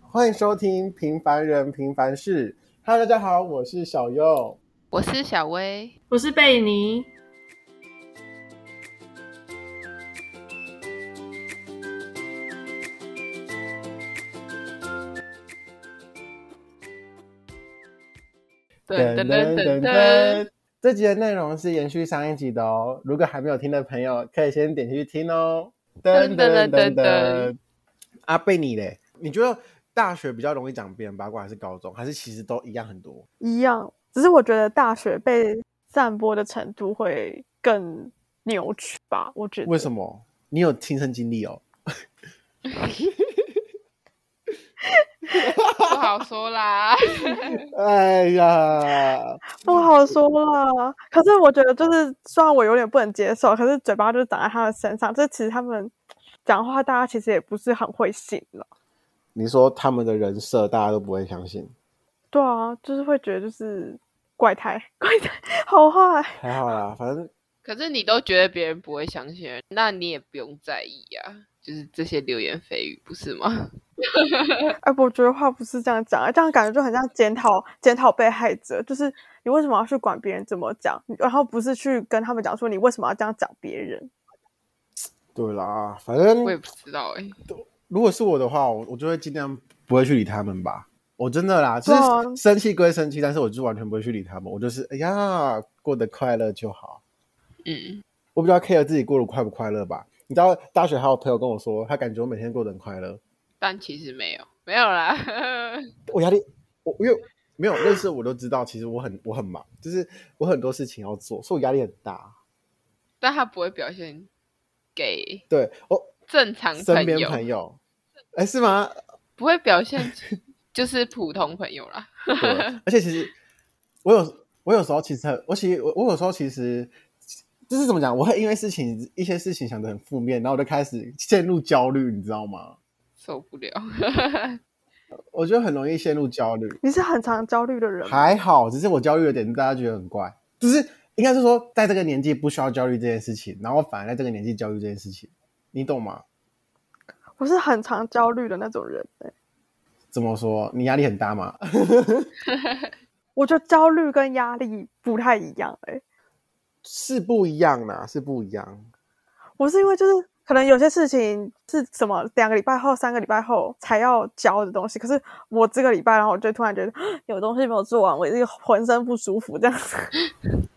欢迎收听《平凡人平凡事》。Hello，大家好，我是小优。我是小薇，我是贝尼。噔噔噔噔 噔，，这集的内容是延续上一集的哦。如果还没有听的朋友，可以先点去听哦。噔噔噔噔噔噔噔。阿贝你嘞？你觉得大学比较容易讲别人八卦，还是高中？还是其实都一样很多？一样，只是我觉得大学被散播的程度会更扭曲吧。我觉得为什么？你有亲身经历哦？不好说啦。哎呀，不哦好说啦。可是我觉得，就是虽然我有点不能接受，可是嘴巴就是长在他的身上。这其实他们讲话，大家其实也不是很会信了。你说他们的人设，大家都不会相信。对啊，就是会觉得就是怪胎， 怪胎好坏。还好啦，反正可是你都觉得别人不会相信，那你也不用在意啊。就是这些流言蜚语，不是吗？ 哎，我觉得话不是这样讲，啊这样感觉就很像检讨检讨被害者，就是你为什么要去管别人怎么讲，然后不是去跟他们讲说你为什么要这样讲别人。对啦，反我也正不知道哎、如果是我的话，我我就会尽量不会去理他们吧。我真的啦，就对啊是生气归生气，但是我就完全不会去理他们。我就是哎呀，过得快乐就好。嗯，我比较 care 自己过得快不快乐吧。你知道大学还有朋友跟我说，他感觉我每天过得很快乐，但其实没有，没有啦。 我压力，我因为没有认识我都知道，其实我很我很忙，就是我很多事情要做，所以我压力很大。但他不会表现给对我正常身朋边友，朋友，哎是吗？不会表现 就是普通朋友啦。 对，而且其实我有我有时候其实很，我其实我我有时候其实就是怎么讲，我会因为事情一些事情想得很负面，然后我就开始陷入焦虑，你知道吗？受不了， 我觉得很容易陷入焦虑。你是很常焦虑的人吗，还好，只是我焦虑的点大家觉得很怪，就是应该是说在这个年纪不需要焦虑这件事情，然后反而在这个年纪焦虑这件事情，你懂吗？我是很常焦虑的那种人、欸。怎么说？你压力很大吗？ 我觉得焦虑跟压力不太一样、欸，是不一样啦，是不一样。我是因为就是可能有些事情是什么两个礼拜后、三个礼拜后才要交的东西，可是我这个礼拜，然后我就突然觉得有东西没有做完，我这个浑身不舒服这样子。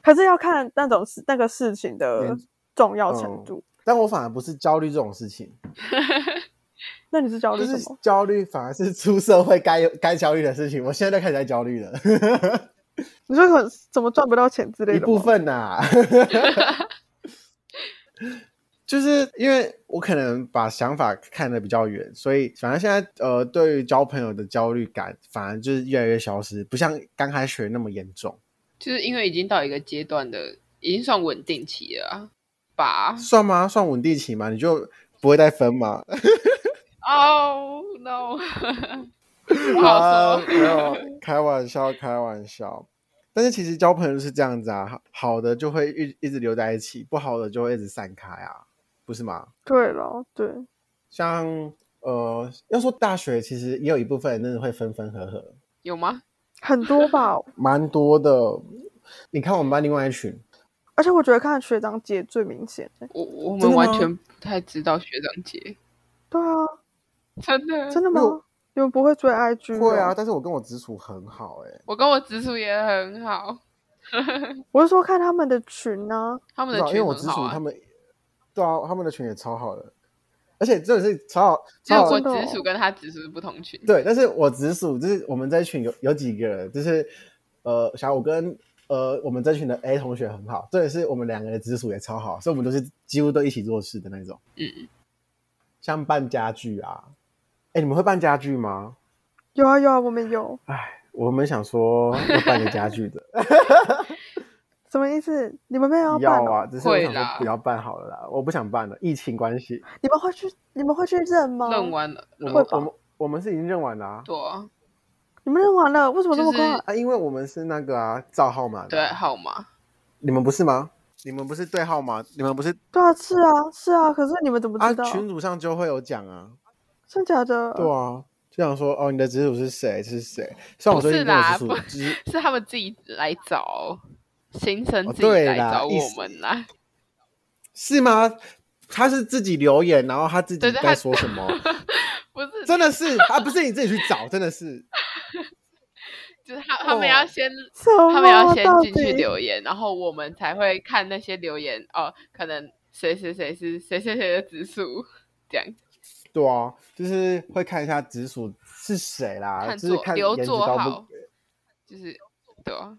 可是要看那种事那个事情的嗯重要程度。但我反而不是焦虑这种事情，那你是焦虑就什是么？焦虑反而是出社会该有该焦虑的事情，我现在就开始在焦虑了，你说可怎么赚不到钱之类一的吗部分呐、 就是因为我可能把想法看得比较远，所以反正现在呃，对于交朋友的焦虑感，反而就是越来越消失，不像刚开学那么严重。就是因为已经到一个阶段的，已经算稳定期了啊吧？算吗？算稳定期吗？你就不会再分吗？哦、no，不 好啊，说。没有 开玩笑，开玩笑。但是其实交朋友是这样子啊，好好的就会一一直留在一起，不好的就会一直散开啊，不是吗？对了，对，像呃，要说大学，其实也有一部分人真的会分分合合，有吗？很多吧。 蛮多的。你看我们班另外一群，而且我觉得看学长姐最明显、欸。我我真们的完吗全不太知道学长姐，对啊，真的。真的吗因为我？你们不会追嗯 IG？会啊，哦，但是我跟我直属很好哎、我跟我直属也很好，我是说看他们的群啊。他们不知道的哦因为群我直很属好他啊。们，对啊，他们的群也超好的，而且真的是超好，只超有好我真的哦直属跟他直属是不同群。对，但是我直属就是我们这一群有有几个人，就是呃，小五跟呃我们这群的 A 同学很好，这也是我们两个的直属也超好，所以我们都是几乎都一起做事的那种。嗯，像办家具啊，哎，你们会办家具吗？有啊有啊，我们有。哎，我们想说要办个家具的，什么意思？你们没 有要办、要哦？啊，只是我想会啦说不要办好了啦，我不想办了，疫情关系，你们会去？你们会去认哦吗？认完了，我认们完吧我们我们是已经认完了啊对啊你们认完了？为什么这么快？就是啊，因为我们是那个啊照号码的对啊，号码，你们不是吗？你们不是对号码，你们不是对啊，是啊，是啊。可是你们怎么啊，知道？群组上就会有讲啊。嗯真假的？对啊，就想说哦，你的直属是谁？是谁？虽然我最近不没有直是属啦，直属是他们自己来找新生哦自己来对啦找意我思们啦。是吗？他是自己留言，然后他自己对对他在说什 么？不是，真的是啊，不是你自己去找，真的是就是他他们哦要先什么？他们要先进去到底留言，然后我们才会看那些留言哦，可能谁谁谁是谁谁谁的直属，这样对啊，就是会看一下直属是谁啦，看啊就是做看留颜值做高好不，就是对啊，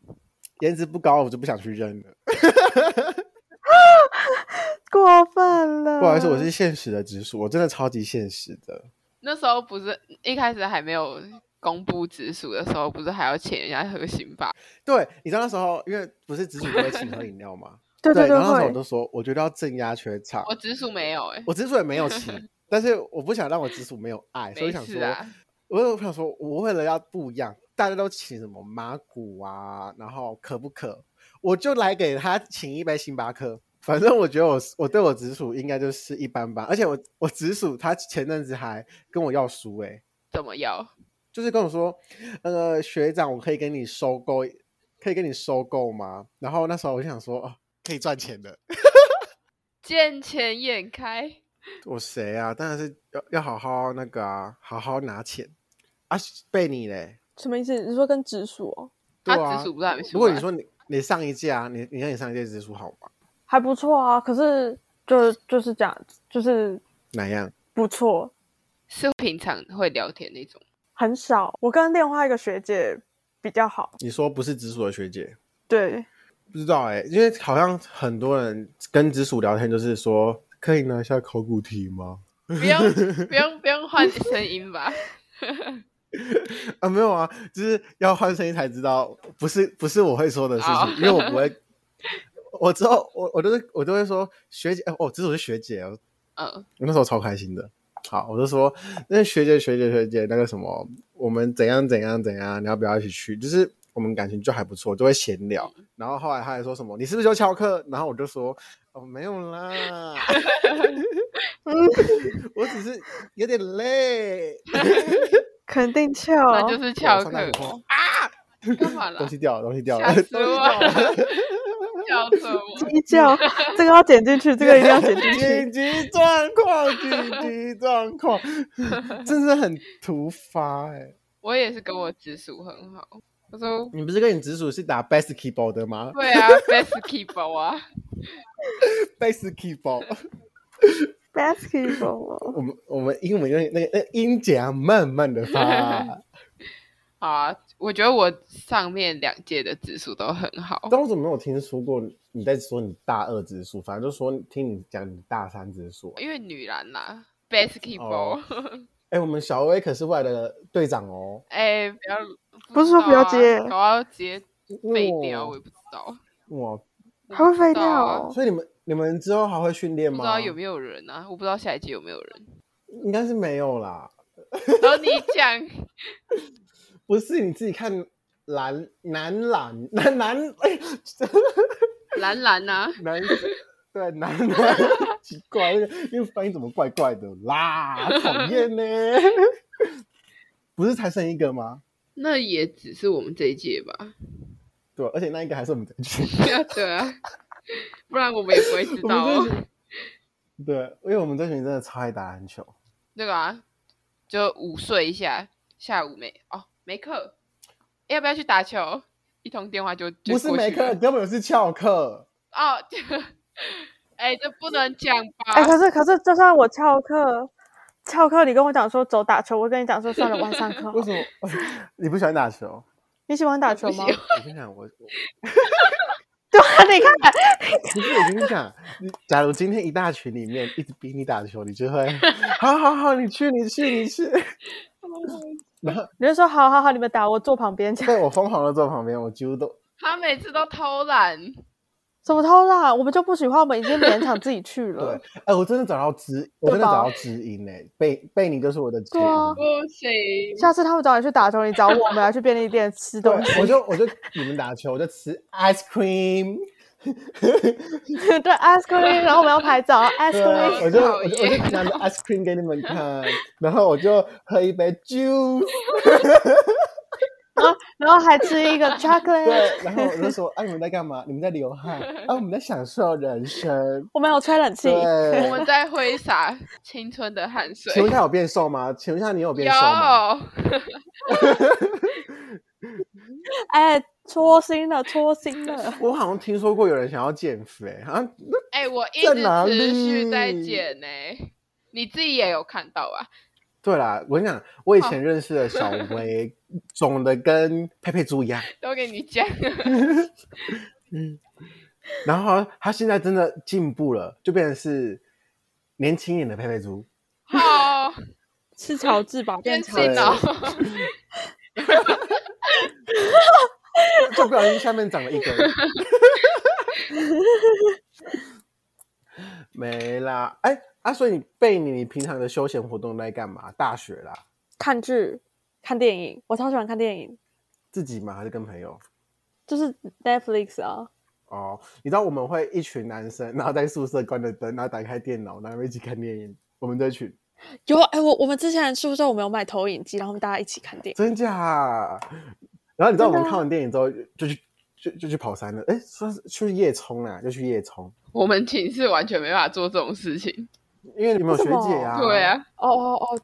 颜值不高，我就不想去扔了。过分了。不好意思，我是现实的直属，我真的超级现实的。那时候不是一开始还没有公布直属的时候，不是还要请人家喝星吧？对，你知道那时候，因为不是直属都会请喝饮料 吗？对对然后那时候我会就说，我觉得要镇压全场。我直属没有哎、我直属也没有 请，但是我不想让我直属没有爱，所以没想事说，啊，我有朋友说，我为了要不一样，大家都请什么马古啊，然后可不可，我就来给他请一杯星巴克。反正我觉得我我对我直属应该就是一般般，而且我我直属他前阵子还跟我要书诶、怎么要？就是跟我说，那个学长，我可以跟你收购，可以跟你收购吗？然后那时候我就想说，哦，可以赚钱的，见钱眼开，我谁啊？当然是要要好好那个啊，好好拿钱啊，被你嘞，什么意思？你说跟直属哦，对他啊直属不是还没出来？如果你说你你上一届啊，你你看你上一届直属好吗？还不错啊。可是就就是讲就是哪样？不错，是平常会聊天那种，很少。我跟另外一个学姐比较好，你说不是直属的学姐？对，不知道哎、因为好像很多人跟直属聊天就是说，可以拿一下考古题吗？ 不用不用不用换声音吧？啊，没有啊，就是要换声音才知道，不是不是我会说的事情，哦因为我不会。 我之后我我都是我都会说学姐，哦，直属是学姐哦，嗯，我那时候超开心的。好，我就说那学姐学姐学姐那个什么，我们怎样怎样怎样，你要不要一起去？就是我们感情就还不错，就会闲聊。然后后来他还说什么，你是不是就翘课？然后我就说哦没有啦，我只是有点累，肯定翘。 那就是翘我哦上大课学后干嘛啦东？西掉了，东西掉了，吓东西死掉我了。！笑死我！鸡 叫，这个要剪进去，这个一定要剪进去。紧急状况，紧急状况， 真的很突发哎、我也是跟我直属很好，我说你不是跟你直属是打 basketball 的吗对啊，best keeper 啊， ？basketball， Basketball， 我们我们英文用那个那个音节啊，慢慢的 发。好啊，我觉得我上面两届的直属都很好，但我怎么没有听说过你在说你大二直属？反正就说听你讲你大三直属。因为女篮啦，best keeper，哎、我们小薇可是未来的队长哦。哎，不要不是说不要接搞要接废掉，我哇也不知道，哇！它会嗯飞掉我哦。所以你们你们之后还会训练啊不知吗道？有没有人啊，我不知道下一届有没有人，应该是没有啦。然后你讲。不是你自己看蓝男篮 男男哎蓝蓝啊，男对男 篮奇怪，那个因为翻译怎么怪怪的啦， 讨厌呢。不是才剩一个吗？那也只是我们这一届吧？ 对，而且那一个还是我们这一群。对啊，不然我们也不会知我道、们这哦群。对，因为我们这群真的超爱打篮球。那个啊，就午睡一下，下午没哦没课，要不要去打球？一通电话就就不是过去没课，了根本是翘课。哦。 就哎、这不能讲吧？哎、可是可是，就算我翘课，翘课你跟我讲说走打球，我跟你讲说算了，晚上 课哦好为了。什么你不喜欢打球？你喜欢打我球不吗喜？欢我跟你讲，我我 对啊，你看，不是，我跟你讲，你假如今天一大群里面一直逼你打球，你就会， 好好好，你去，你去，你去。然后你就说好好好，你们打，我坐旁边这 样。对 我疯狂的坐旁边，我几乎都他每次都偷懒，怎么偷懒？我们就不喜欢，我们已经勉强自己去对了。。哎，我真的找到知，我真的找到知音哎，贝贝尼就是我的知音对。啊不 行。下次他们找你去打球，你找我，我们来去便利店吃对东西，我。就我就你们打球，我就吃 ice cream， 对，ice cream，然后我们要拍照，ice 对啊 cream，我就讨我就我就厌拿着 ice cream 给你们看，然后我就喝一杯 juice，然后然后还吃一个 chocolate，对，然后我就说，哎、你们在干嘛？你们在流汗，啊，我们在享受人生。我们有吹冷气对，，我们在挥洒青春的汗水。请问一下有变瘦吗？请问一下你有变有瘦吗？哎，戳心了，戳心 了，我好像听说过有人想要减肥，啊好像那哎、我一在直哪持续在里减呢、你自己也有看到啊吧？对啦，我跟你讲，我以前认识的小薇肿的跟佩佩猪一样，都给你讲，然后她现在真的进步了，就变成是年轻一点的佩佩猪。 好吃乔治吧，变任乔性真治是，哦。就不小心下面长了一根。 没啦，哎、啊，所以你贝你，你平常的休闲活动都在干嘛？大学啦，看剧、看电影，我超喜欢看电影，自己吗？还是跟朋友？就是 Netflix 啊，哦，你知道我们会一群男生，然后在宿舍关着灯，然后打开电脑，然后一起看电影。我们这群有哎，我我们之前宿舍我们有买投影机，然后我们大家一起看电影，真假？然后你知道我们真的啊看完电影之后就去就就去跑山了，哎，算是去夜冲啦，就去夜冲， 我们寝室完全没办法做这种事情。因为你们有为学什么姐啊，对啊，哦哦哦，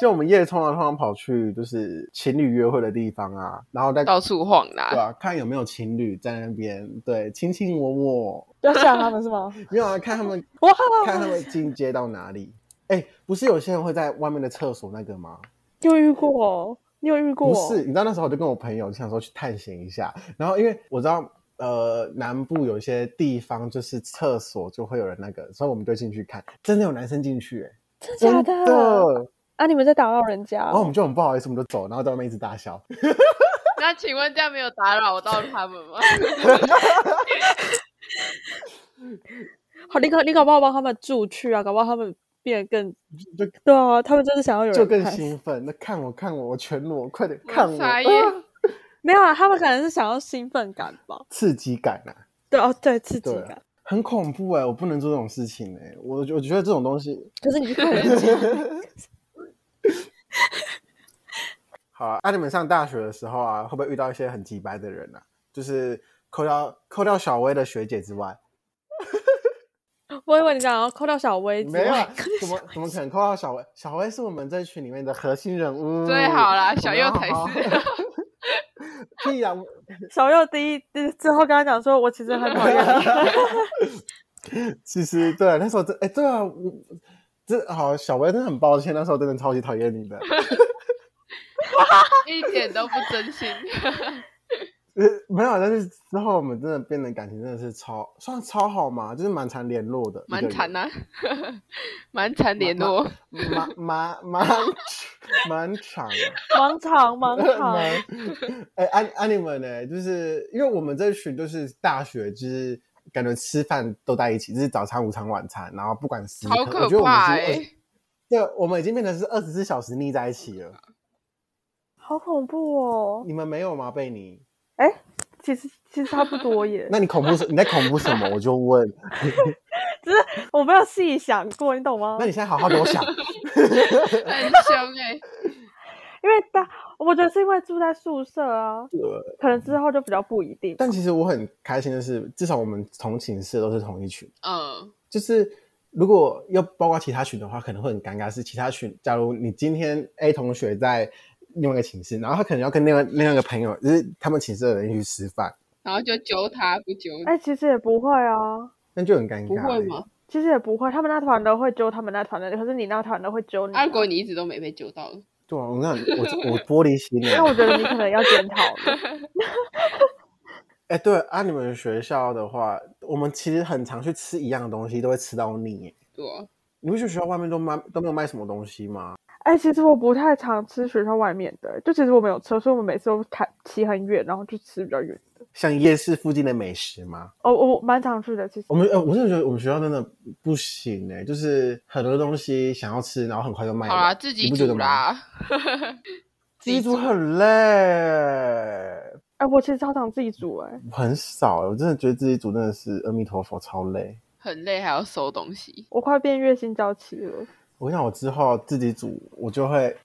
就我们夜冲啊，通常跑去就是情侣约会的地方啊，然后再到处晃啦、对啊，看有没有情侣在那边对卿卿我我，要吓他们是吗？没有啊，看他们 哇，看他们进阶到哪里。哎，不是有些人会在外面的厕所那个吗？你有遇过？你有遇过？不是，，你知道那时候我就跟我朋友想说去探险一下，然后因为我知道呃南部有一些地方就是厕所就会有人那个，所以我们就进去看，真的有男生进去、哎，真假真哦的？啊，你们在打扰人家？然后我们就很不好意思，我们就走，然后在外面一直大笑。那请问这样没有打扰到他们吗？好，你搞你搞不好帮他们住去啊，搞不好他们变得更就对啊，他们真的想要有人就更看兴奋。那看我看我，我全裸，快点 看我，傻啊眼，没有啊，他们可能是想要兴奋感吧？刺激感啊，对哦，对，刺激对感啊。，很恐怖哎、我不能做这种事情哎、我我觉得这种东西，可是你去看人家，好啊。那、你们上大学的时候啊，会不会遇到一些很鸡掰的人啊？就是扣掉扣掉小薇的学姐之外，我以为你想要扣掉小薇之外，没有啊，怎么怎么可能扣掉小薇？小薇是我们这群里面的核心人物，最 好啦，我小们要右才好好是。屁呀、我 小右第一第之后跟他讲说，我其实很讨厌你， 其实对、那时候真哎、对啊，我这好小薇真的很抱歉，那时候真的超级讨厌你的。一点都不真 心。呃，没有，但是之后我们真的变得感情真的是超算超好嘛，就是蛮常联络的，蛮惨呐、啊， 蛮惨联络，蛮蛮蛮蛮长的，盲 肠盲肠，蛮哎，安安你们呢？就是因为我们这群就是大学，就是感觉吃饭都在一起，就是早餐、午餐、晚餐，然后不管时刻，好我可觉得我怕们哎、是20，对，我们已经变成是二十四小时腻在一起了。好恐怖哦！你们没有吗，贝尼？哎，其实其实差不多耶，那你恐怖什？你在恐怖什么？我就问，只是我没有细想过，你懂吗那？你现在好好给我想。很凶哎、因为大，我觉得是因为住在宿舍啊，可能之后就比较不一定。但其实我很开心的是，至少我们同寝室都是同一群。 嗯，就是如果要包括其他群的话，可能会很尴尬。是其他群，假如你今天 A 同学在另外一个寝室，然后他可能要跟另外另外一个朋友，就是他们寝室的人一起去吃饭，然后就揪他不揪你，哎、其实也不会啊，那就很尴尬。欸不会？吗？其实也不会，他们那团的会揪他们那团的，可是你那团的会揪你啊、啊，如果你一直都没被揪到，对啊，我那我我玻璃心 那我了。觉得你可能要检讨了。哎、对啊，你们学校的话，我们其实很常去吃一样的东西，都会吃到腻耶。对啊，你们去学校外面都卖都没有卖什么东西吗？哎、其实我不太常吃学校外面的、就其实我没有车，所以我每次都开骑很远，然后去吃比较远。像夜市附近的美食吗？哦，我蛮常去的，其实我。们呃，我真的觉得我们学校真的不行哎、就是很多东西想要吃，然后很快就卖好啦，完。自你己不觉煮得吗？啦，自己煮很累，哎、我其实超想自己煮哎、我很少、欸我真的觉得自己煮真的是阿弥陀佛，超累。很累还要收东西。我快变月薪娇妻了。我想我之后自己煮，我就会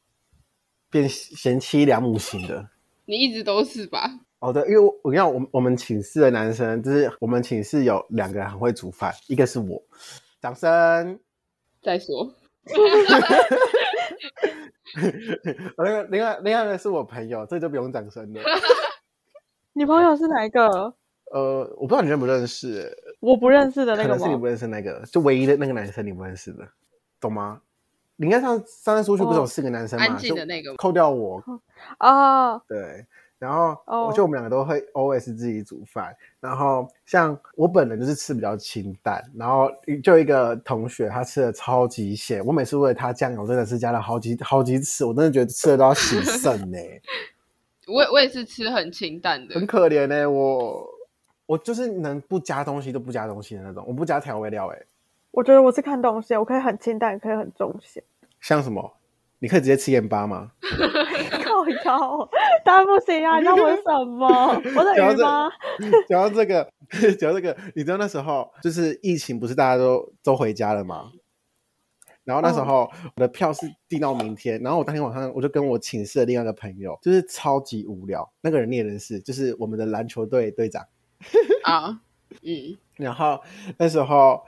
变贤妻良母型的。你一直都是吧？哦，对，因为我我跟你讲，我们我们寝室的男生，就是我们寝室有两个人很会煮饭，一个是我，掌声。再说，呃，另外另外一个是我朋友，这就不用掌声 了。你朋友是哪一个？呃，我不知道你认不认识，欸我不认识的那可个能是你吗不？认识那个，就唯一的那个男生你不认识的，懂吗？你看上上次出去不是有哦四个男生嘛，安静就的那个吗，哦扣掉我，啊，对，然后哦我就我们两个都会 always 自己煮饭，然后像我本人就是吃比较清淡，然后就一个同学他吃的超级咸，我每次为了他酱油真的是加了好几好几次，我真的觉得吃的都要洗肾呢、我也我也是吃很清淡的欸 很，可怜呢、我我就是能不加东西都不加东西的那种，我不加调味料哎、我觉得我是看东西，我可以很清淡，也可以很重咸。像什么？你可以直接吃盐巴吗？ 靠腰，当然不行啊！你要我什么？我的讲到鱼这吗？讲到这个， 讲到这个，你知道那时候就是疫情，不是大家都都回家了吗？然后那时候我的票是订到明天，然后我当天晚上我就跟我寝室的另外一个朋友，就是超级无聊，那个人你也认识，就是我们的篮球队队长。啊，嗯，然后那时候，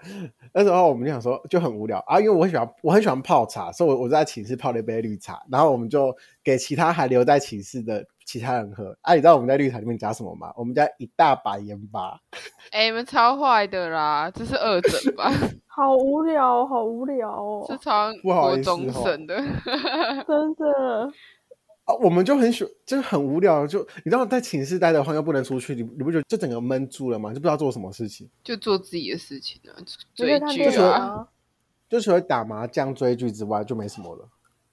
那时候我们就想说就很无聊啊，因为我很喜欢我很喜欢泡茶，所以我我在寝室泡了一杯绿茶，然后我们就给其他还留在寝室的其他人喝。啊，你知道我们在绿茶里面加什么吗？我们加一大把盐巴。哎、你们超坏的啦，这是二诊 吧？好无聊哦，好无聊是哦，超不好国意思中哦生的，真的。啊，我们就很喜，就是很无聊，就你知道在寝室待的话又不能出去，你你不觉得就整个闷住了吗？就不知道做什么事情，就就做自己的事情啊，你可追以看剧电影啊，啊，就除了打麻将、追剧之外就没什么了。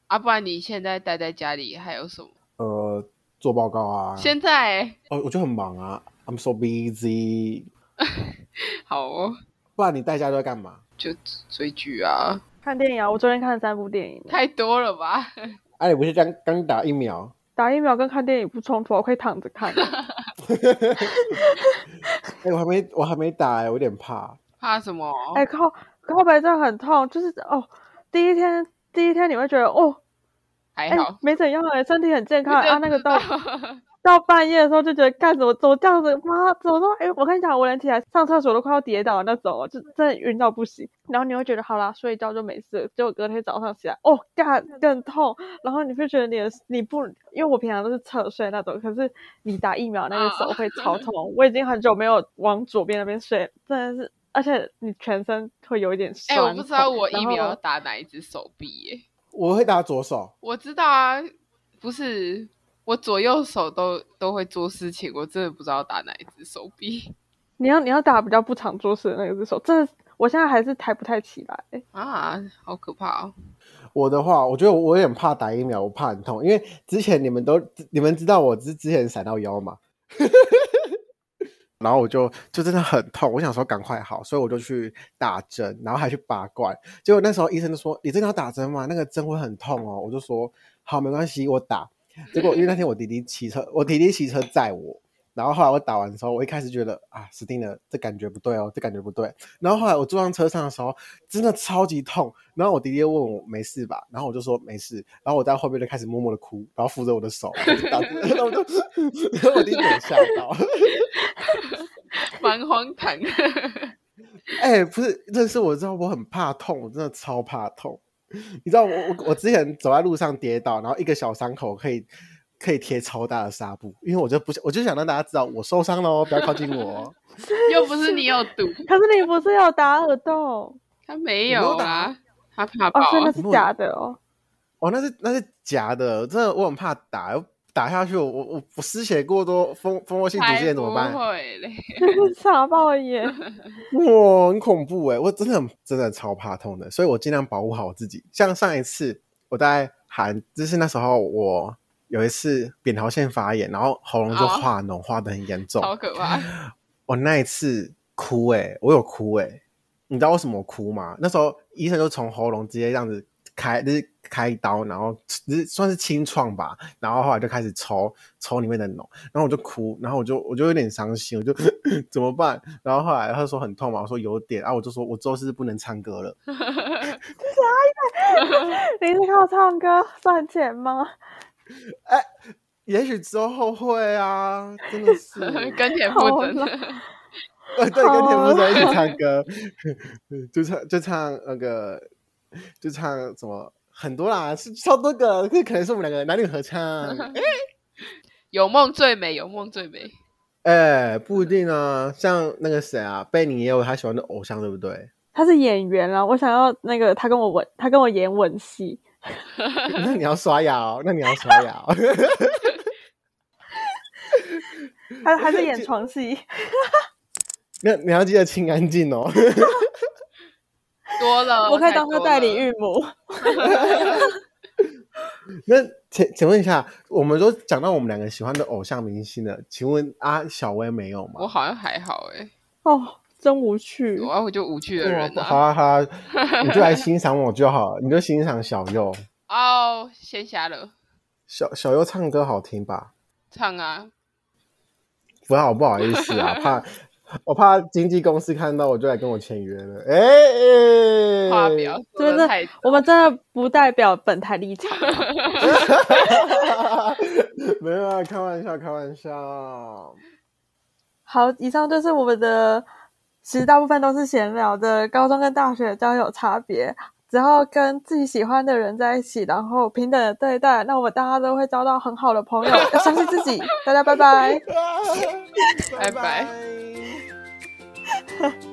啊，不然你现在待在家里还有什么？呃，做报告啊，现在哦，我就很忙啊，I'm so busy。好哦，不然你在家都在干嘛？就追剧啊，看电影啊！我昨天看了三部电影，太多了吧？哎、你不是刚刚打疫苗？打疫苗跟看电影不冲突啊，我可以躺着 看。哎、我还没，我还没打、哎，我有点怕。怕什么？哎、靠，靠背真的很痛，就是哦，第一天第一天你会觉得哦，还哎、好，没怎样哎、身体很健康、我真啊。那个知 到道到半夜的时候就觉得干什么怎么这样子，妈怎么都哎、我跟你讲，我连起来上厕所都快要跌倒那种，哦就真的晕到不行。然后你会觉得好啦，睡一觉就没事了，结果隔天早上起来，哦干更痛，然后你会觉得你的你不，因为我平常都是侧睡那种，可是你打疫苗那个手啊会超痛，我已经很久没有往左边那边睡，真的是。而且你全身会有一点哎、酸痛。我不知道我疫然后苗打哪一只手臂耶、我会打左手，我知道啊，不是我左右手都都会做事情，我真的不知道打哪一只手臂你要你要打比较不常做事的那个只手，真的是，我现在还是抬不太起来。啊，好可怕哦！我的话，我觉得我有点怕打疫苗，我怕很痛，因为之前你们都 你们知道我之之前闪到腰嘛， 然后我就就真的很痛，我想说赶快好，所以我就去打针，然后还去拔罐。结果那时候医生就说：“你真的要打针吗？那个针会很痛哦。”我就说：“好，没关系，我打。”结果因为那天我弟弟骑车，我弟弟骑车载我。然后后来我打完之后，我一开始觉得啊，死定了，这感觉不对哦，这感觉不对。然后后来我坐上车上的时候，真的超级痛。然后我弟弟问我没事吧，然后我就说没事。然后我在后面就开始默默的哭，然后扶着我的手，我就打然后我就， 然后我弟弟也吓到。 蛮荒唐的，哎、不是，认识我之后，我很怕痛，我真的超怕痛。你知道我我我之前走在路上跌倒，然后一个小伤口可以可以贴超大的纱布，因为我就不想我就想让大家知道我受伤了哦，不要靠近我哦。又不是你有毒， 可是你不是有打耳洞他没我没有有打啊，他怕爆哦，所啊、以那是假的哦。 哦，那是那是假的，真的我很怕打，打下去我我我我失血过多，蜂蜂窝性组才织炎怎么办不？会嘞，傻爆眼， 哇，很恐怖哎、我真的很真的超怕痛的，所以我尽量保护好我自己。像上一次我在喊，就是那时候我有一次扁桃腺发炎，然后喉咙就哦化脓，化的很严重。好可怕！ 我那一次欸哭哎、我有哭哎、你知道为什么我哭吗？那时候医生就从喉咙直接这样子开就是开刀，然后就是算是清创吧，然后后来就开始抽抽里面的脓，然后我就哭，然后我就我就有点伤心，我就 怎么办？然后后来他说很痛嘛，我说有点，啊，我就说我周四不能唱歌了，你是靠唱歌赚钱吗？ 也许之后后悔啊，真的是， 跟田馥甄，呃， 对，跟田馥甄一起唱 歌，啊 就唱就唱那个，就唱什么很多啦，是超多个，这可能是我们两个男女合唱。 有梦最美，有梦最美。哎、不一定啊，像那个谁啊，贝尼也有他喜欢的偶像，对不对？ 他是演员啊，我想要那个他跟我吻，他跟我演吻戏，那你要刷牙哦，那你要刷牙、哦。 他还是演床 戏。那你要记得清干净哦。 多了，我可以太当多做代理了孕母。那请请问一下，我们都讲到我们两个喜欢的偶像明星了，请问啊，小薇没有我吗？好像还好哎、哦，真无趣。我啊我就无趣的人好啊。啊好啊，你就来欣赏我就好了，你就欣赏小右。哦，先瞎了，小小优唱歌好听吧？唱啊，不好不好意思啊，怕我怕经纪公司看到我就来跟我签约了。哎、欸，话表说真得的太我们真的不代表本台立场。没有啊，开玩笑，开玩笑。好，以上就是我们的，其实大部分都是闲聊的，高中跟大学交友差别。只要跟自己喜欢的人在一起，然后平等的对待，那我们大家都会交到很好的朋友。要相信自己，大家拜拜。拜拜拜